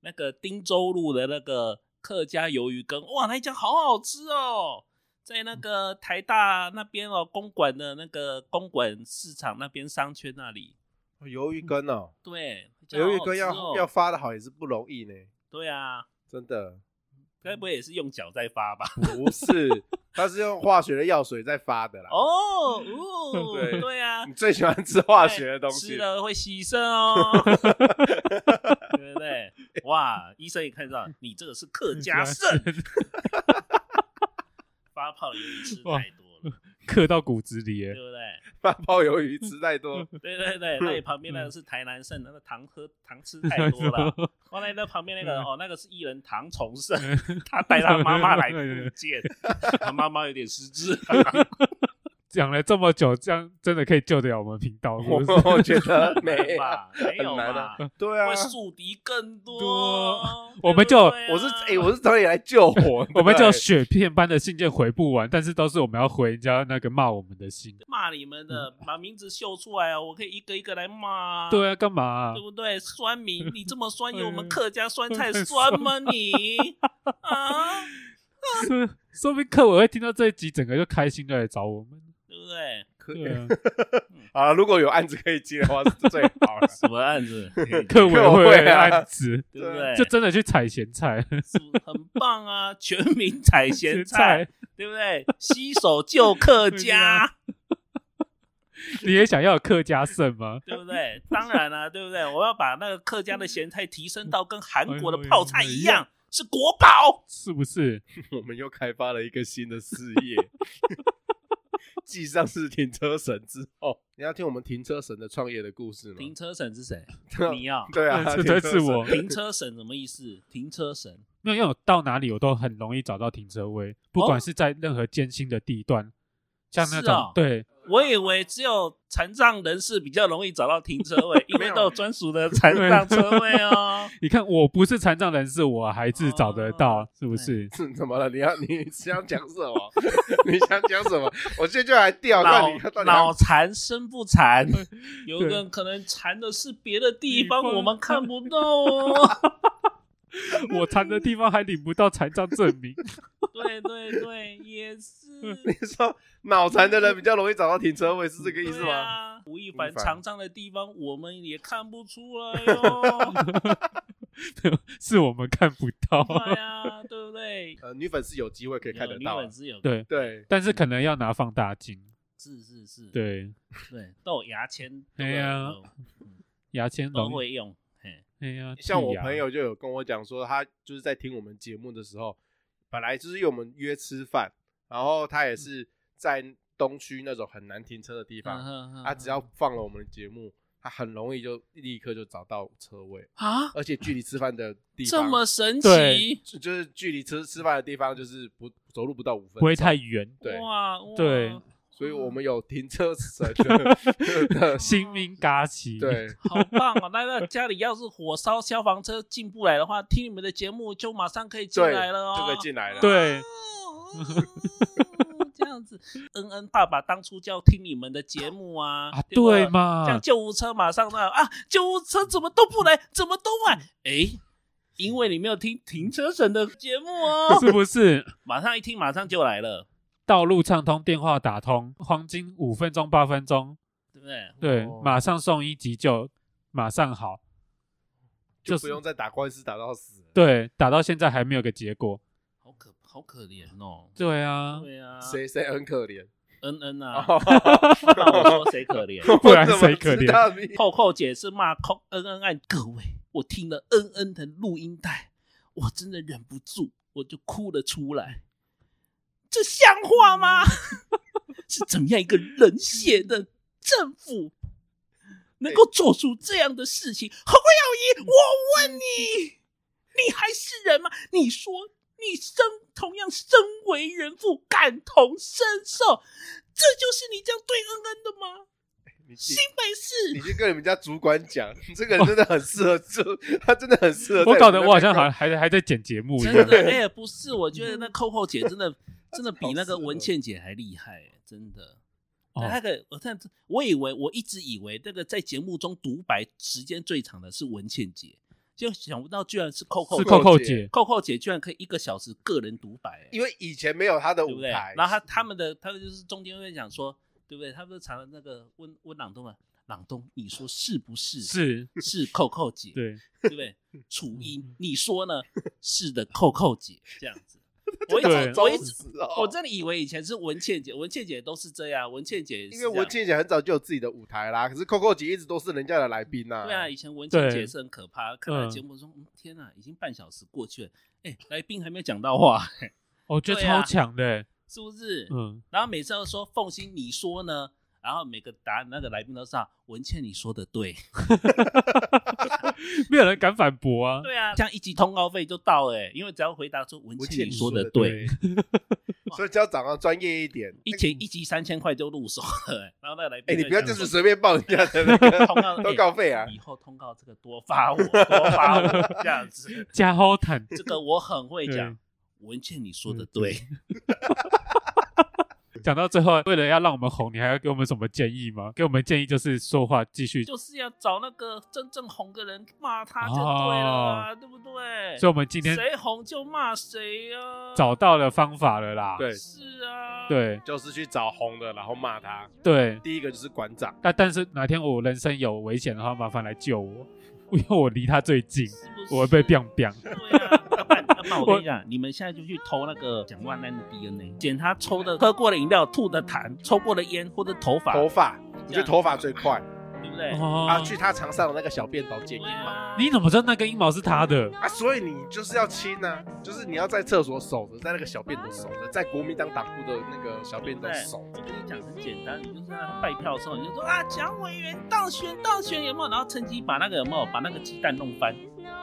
C: 那个汀州路的那个客家鱿鱼羹，哇，那一家好好吃哦，在
A: 嗯
C: 那个台大那边哦，公馆的那个公馆市场那边商圈那里，
A: 鱿鱼羹哦，
C: 对，那家
A: 鱿
C: 好
A: 鱼
C: 好
A: 羹
C: 吃
A: 要
C: 哦
A: 要发的好也是不容易呢，
C: 对啊，
A: 真的
C: 该
A: 嗯
C: 不会也是用脚在
A: *laughs*
C: 发吧？
A: 不是，它是用化学的药水在发的啦。
C: 哦，哦，
A: 对
C: 对啊
A: *laughs* 你，最喜欢吃化学的东
C: 吃
A: 西，
C: 了会牺牲哦， *laughs* 对不对？哇，医生也看到你这个是客家肾，发泡鱿鱼吃太多了，
B: 刻到骨子里
C: 对
B: 耶，
C: 不对？
A: 发泡鱿鱼吃太多，
C: 对对对，那你旁边那个是台南肾，那个糖喝糖吃太多了。后来那旁边那个哦，那个是艺人唐 *laughs* 崇盛，他带他妈妈来福建，他妈妈有点失
A: *laughs*
C: 智。
B: *laughs* 讲了这么久，这样真的可以救得了我们频道是
A: 我
B: 不是？
A: 我觉得没
C: 有吧？ *laughs* 没有
A: 很难
C: 吧
A: 啊？对啊
C: 会，树敌更多
B: 多。
C: 对不
B: 我们就
C: 对啊
A: 我是哎，我是找你来救火，
B: *laughs* *laughs* 我们就
A: 对
B: 有雪片般的信件回不完，但是都是我们要回人家那个骂我们的信。
C: 骂你们的，把名字秀出来啊！我可以一个一个来骂啊。
B: 对啊，干嘛啊、
C: 嗯对不对？酸民，你这么酸，有我们 *laughs*
B: 嗯
C: 客家酸菜
B: 酸
C: 酸吗 *laughs* 你？啊，
B: *laughs* 说说不定客委会听到这一集，整个就开心就来找我们。
C: 对不对？
A: 可以
B: 对啊，
A: 啊，如果有案子可以接的话是最好
C: *laughs*
A: 了。
C: 什么案子？
B: 客委
A: 客委
B: 会
A: 会啊
B: 案子，
C: 对不对？
B: 就真的去采咸菜，
C: 是不是很棒啊！全民采 *laughs* 咸
B: 咸
C: 菜，对不对？洗手救 *laughs* 客家，
B: 你也想要有客家肾吗？
C: 对不对？当然啦、对不对？我要把那个客家的咸菜提升到跟韩国的泡菜一样，是国宝。
B: 是不是？
A: 我们又开发了一个新的事业， *laughs* 继上次停车神之后，你要听我们停车神的创业的故事吗？
C: 停车神是谁？
A: *laughs*
C: 你 *laughs* 要
A: 对啊，
B: *laughs* 这
A: 停车
B: 这是
A: 神
B: 我
C: 停车神什么意思？停车神
B: 没有，因为我到哪里我都很容易找到停车位，不管是在任何艰辛的地段，像那
C: 是
B: 种
C: 哦
B: 对
C: 我以为只有残障人士比较容易找到停车
A: *laughs*
C: 位，因为都有专属的残障车位哦。
B: 你看，我不是残障人士，我还是找得到，
C: 哦
B: 是不是？
A: 是怎么了？你要你想讲什么？ *laughs* 你想讲什么？我现在就来调，
C: 脑
A: 看啊你到底要
C: 脑残身不残，有的人可能残的是别的地方，
B: 地方
C: 我们看不到哦。
B: 我残的地方还领不到残障证
C: *laughs*
B: 明， *laughs*
A: *laughs*
C: 对对对，也是。
A: 你说脑残的人比较容易找到停车位，是这个意思
C: 对
A: 吗？
C: 啊？吴亦
A: 吴
C: 凡
A: 亦凡
C: 常常的地方，我们也看不出来
A: *laughs*
C: 哦。
B: 是我们看不到。
C: 对呀，对不对？
A: 呃，女粉丝有机会可以看
C: 有
A: 得
C: 女
A: 到啊
C: 粉，丝有
B: 对，
A: 对，
B: 但是可能要拿放大镜。
C: 是是是，
B: 对，
C: 对，都有牙签，
A: 啊
B: 哎呀
C: 对不对
B: 牙签
C: 都
B: 龙，
C: 会用。嘿
B: 哎呀，
A: 像
B: 剔
A: 我
B: 牙
A: 朋，友就有跟我讲说，他就是在听我们
C: 嗯
A: 节目的时候，本来就是因为我们约吃饭，然后他也是在东区那种很难停车的地方，
C: 啊
A: 他只要放了我们的节目，他很容易就立刻就找到车位，
C: 啊
A: 而且距离吃饭的地方
C: 这么神
B: 对
C: 奇，
A: 就就是距离吃吃饭的地方就是不走路不到五分
B: 不会
A: 钟，
B: 太远。
A: 对
C: 哇，哇
B: 对，
A: 所以我们有停车神
B: *laughs*
A: *laughs* 的
B: 新民嘎奇，
A: 对，
C: 好棒哦！那那家里要是火烧消防车进不来的话，听你们的节目就马上可 *laughs* 以进
A: 对
C: 来了哦，
A: 就可以进来了
B: 对
C: 哦。这样子，恩恩爸爸当初就要听你们的节目啊，
B: 啊，
C: 不
B: 对？嘛
C: 这，样救护车马上到啊！救护车怎么都不来，怎么都晚？
B: 嗯
C: 哎，因为你没有听停车神的节目哦，
B: 是不是？
C: 马上一听马上就来了，
B: 道路畅通，电话打通，黄金五分钟八分钟，
C: 对不对？
B: 对
A: 哦，
B: 马上送医急救，马上好。
A: 就
B: 就是
A: 不用再打官司打到死了。
B: 对，打到现在还没有个结果。
C: 好可好可怜哦。
B: 对啊，
C: 对
A: *laughs*
C: 啊，
A: 谁谁很可怜，
C: 恩恩啊，
A: 哦
C: *laughs* 那我
A: 那 *laughs*
C: 说谁可怜？
B: 不然谁可怜
A: 怜？
C: 扣扣姐是骂扣恩恩爱各位，我听了恩恩的录音带，我真的忍不住我就哭了出来。这像话吗？ *laughs* 是怎么样一个冷血的政府能够做出这样的事情？侯耀仪，我问你，你还是人吗？你说你身同样身为人父，感同身受，这就是你这样对恩恩的吗？
A: 你
C: 新北市
A: 你去跟你们家主管讲，你这个人真的很适合做，他真的很适合在
B: 我
A: 们那边搞。
B: 搞得我好像还还还在剪节目一
C: 真
B: 样。
C: 的，哎、不是，我觉得那扣扣姐真的真的比那个文倩姐还厉害、真的。
B: 哦
C: 那个，我看，我以为我一直以为那个在节目中独白时间最长的是文倩姐，就想不到居然是扣扣
B: 是
C: 姐
B: 扣扣
A: 姐
B: 姐，
C: 扣扣姐居然可以一个小时个人独白、哎
A: 因为以前没有他的
C: 对
A: 舞
C: 不对？
A: 台，
C: 然后他他们的他们就是中间会讲说，对不对？他们常常那个问问朗东啊，朗东，你说是不是？
B: 是，
C: 是扣扣姐，
A: *laughs*
B: 对，
C: 对不对？楚音，你说呢？是的，扣扣姐这样子。我一
B: 对
C: 直我一直
A: 直哦
C: 我真的以为以前是文倩姐，文倩姐都是这样，文倩姐也是
A: 因
C: 这
A: 为
C: 样
A: 文倩姐很早就有自己的舞台啦，可是 Coco 姐一直都是人家的来宾呐。
C: 对啊，以前文倩姐
B: 对
C: 也是很可怕。看了
B: 嗯
C: 节目中，嗯，天哪，已经半小时过去了，哎，来宾还没有讲到话， *laughs*
B: 我觉得
C: 对啊
B: 超强的，欸
C: 是不是？
B: 嗯，
C: 然后每次都说凤欣，你说呢？然后每个答案那个来宾都是啊，文倩你说的对，
B: 没有人敢反驳啊。
C: 对啊，这样一集通告费就到了、哎因为只要回答出文
A: 文
C: 倩
A: 倩
C: 你
A: 你说
C: 说的
A: 的
C: 对，
A: 对，所以就要长得专业一点。
C: 一集一集三千块就入手了、哎然后那个来宾
A: 哎，
C: 就
A: 你
C: 会
A: 不要
C: 讲
A: 就
C: 说
A: 是随便报人家的那个
C: *laughs* 通告
A: 通告费啊
C: 哎以后通告这个多发我，多发我这样子，
B: 加
A: *laughs*
B: 好坦，
C: 这个我很会讲
B: 对。
C: 文倩，你
A: 嗯
C: 说的对，
B: 讲到最后，为了要让我们红，你还要给我们什么建议吗？给我们建议就是说话继续，
C: 就是要找那个真正红的人骂他
A: 哦
C: 就对了啊，对不对？
B: 所以我们今天
C: 谁红就骂谁啊，
B: 找到了方法了啦。
A: 对，
C: 是啊，
B: 对
A: 就是去找红的，然后骂他。
B: 对，
A: 第一个就是馆长，
B: 但但是哪天我人生有危险的话，麻烦来救我， *laughs* 因为我离他最近，
C: 是不是，
B: 我会被 biang biang。
C: 对啊，要不然要不然我跟你讲，你们现在就去偷那个蒋万安的
B: 嗯
C: DNA，捡他抽的、喝过的饮料、吐的痰、抽过的烟或者头发，
A: 头发，我觉得头发最快
C: 对不对？
A: 啊，
B: 哦，
A: 去他床上的那个小便斗剪阴
C: 对
A: 毛。
C: 啊
B: 你怎么知道那根阴毛是他的？
A: 啊，所以你就是要亲啊，就是你要在厕所守着，在那个小便斗守着，在国民党党部的那个小便斗守
C: 我跟你讲很简单，你就是让他拜票的时候，你就说啊，蒋委员当选当选有没有？然后趁机把那个有没有把那个鸡蛋弄翻，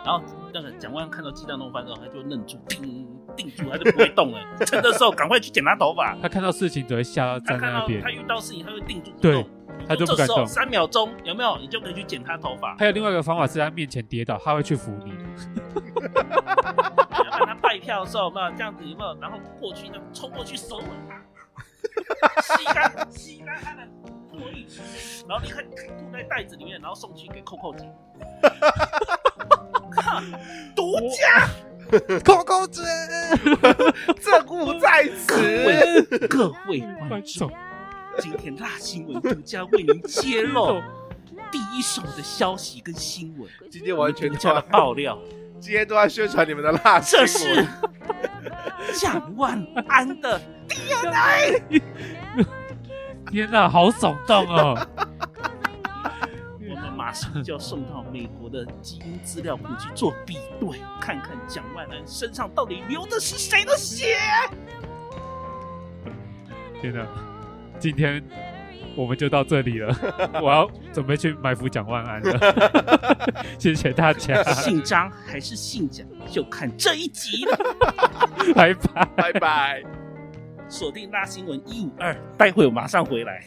C: 然后那个蒋万安看到鸡蛋弄翻之后，他就愣住，定定住，他就不会动了。趁这时候赶快去剪他头发。
B: 他看到事情只会吓到
C: 他
B: 站在
C: 看
B: 那
C: 到
B: 边
C: 他。遇到事情，他会定住不
B: 对
C: 动，
B: 他就不敢动
C: 这时候三秒钟有没有？你就可以去剪他头发，
B: 还有另外一个方法是在他面前跌倒，他会去扶你。
C: 然啊后他拜票的时候有没有这样子有没有？然后过去呢，冲过去手吻他，吸干吸干他的唾液，然后你看吐在袋子里面，然后送去给扣扣姐。 *laughs* 靠独家
A: 扣扣子，正物在 *laughs* 此。
C: 各位
B: 哦
C: 观众，今天辣新闻独家为您揭露第一手的消息跟新闻，
A: 今天完全
C: 独
A: 都
C: 家的
A: 要，
C: 爆料。
A: 今天都在宣传你们的辣 *laughs* 新
C: 这
A: 闻
C: 是蒋万安的 DNA。
B: 天哪，好耸动哦！
C: 我们马上就要送到美国的基因资料库去做比对，看看蒋万安身上到底流的是谁的血。
B: 天哪，今天我们就到这里了，我要准备去埋伏蒋万安了， *laughs* 谢谢大家，
C: 姓张还是姓蒋，就看这一集了。
B: 拜拜。
A: 拜拜。
C: 锁定大新闻一五二，待会我马上回来。